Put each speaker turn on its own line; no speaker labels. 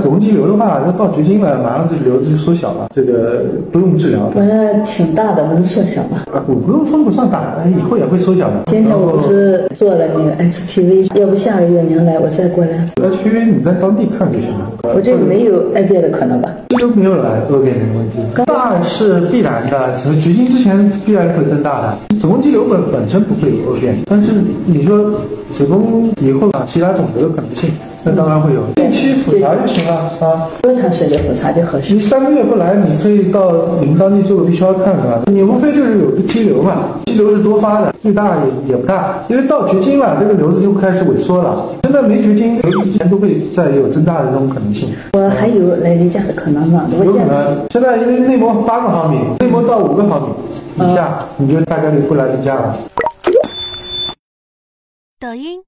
子宫肌瘤的话，它到绝经了，马上这瘤子就缩小了，这个不用治疗的。
反正挺大的，能缩小吧？
啊，骨骼分不上大，哎以后也会缩小的。
今天我
然
不
后
是做了
哦
那个 HPV，要不下个月您来，我再过来。
HPV 你在当地看就行了。
我这里没有癌变的可能吧？
这就没有来恶变这个问题，大是必然的，只是绝经之前必然会增大的。子宫肌瘤本本身不会有恶变，但是你说子宫以后长其他肿瘤的可能性，那当然会有。定期复查就行了啊。
多长时间复查就合适？
你三个月不来，你可以到你们当地做个 B 超看看。你无非就是有个肌瘤嘛，肌瘤是多发的，最大也也不大，因为到绝经了，这个瘤子就开始萎缩了。真的没绝经，瘤子之前都会再有增大的这种可能性。
我还有来例假的可能吗？我
嗯有可
见了
能现啊在因为内膜八个毫米，内膜到五个毫米以下，你就大概率不来例假了。
抖音、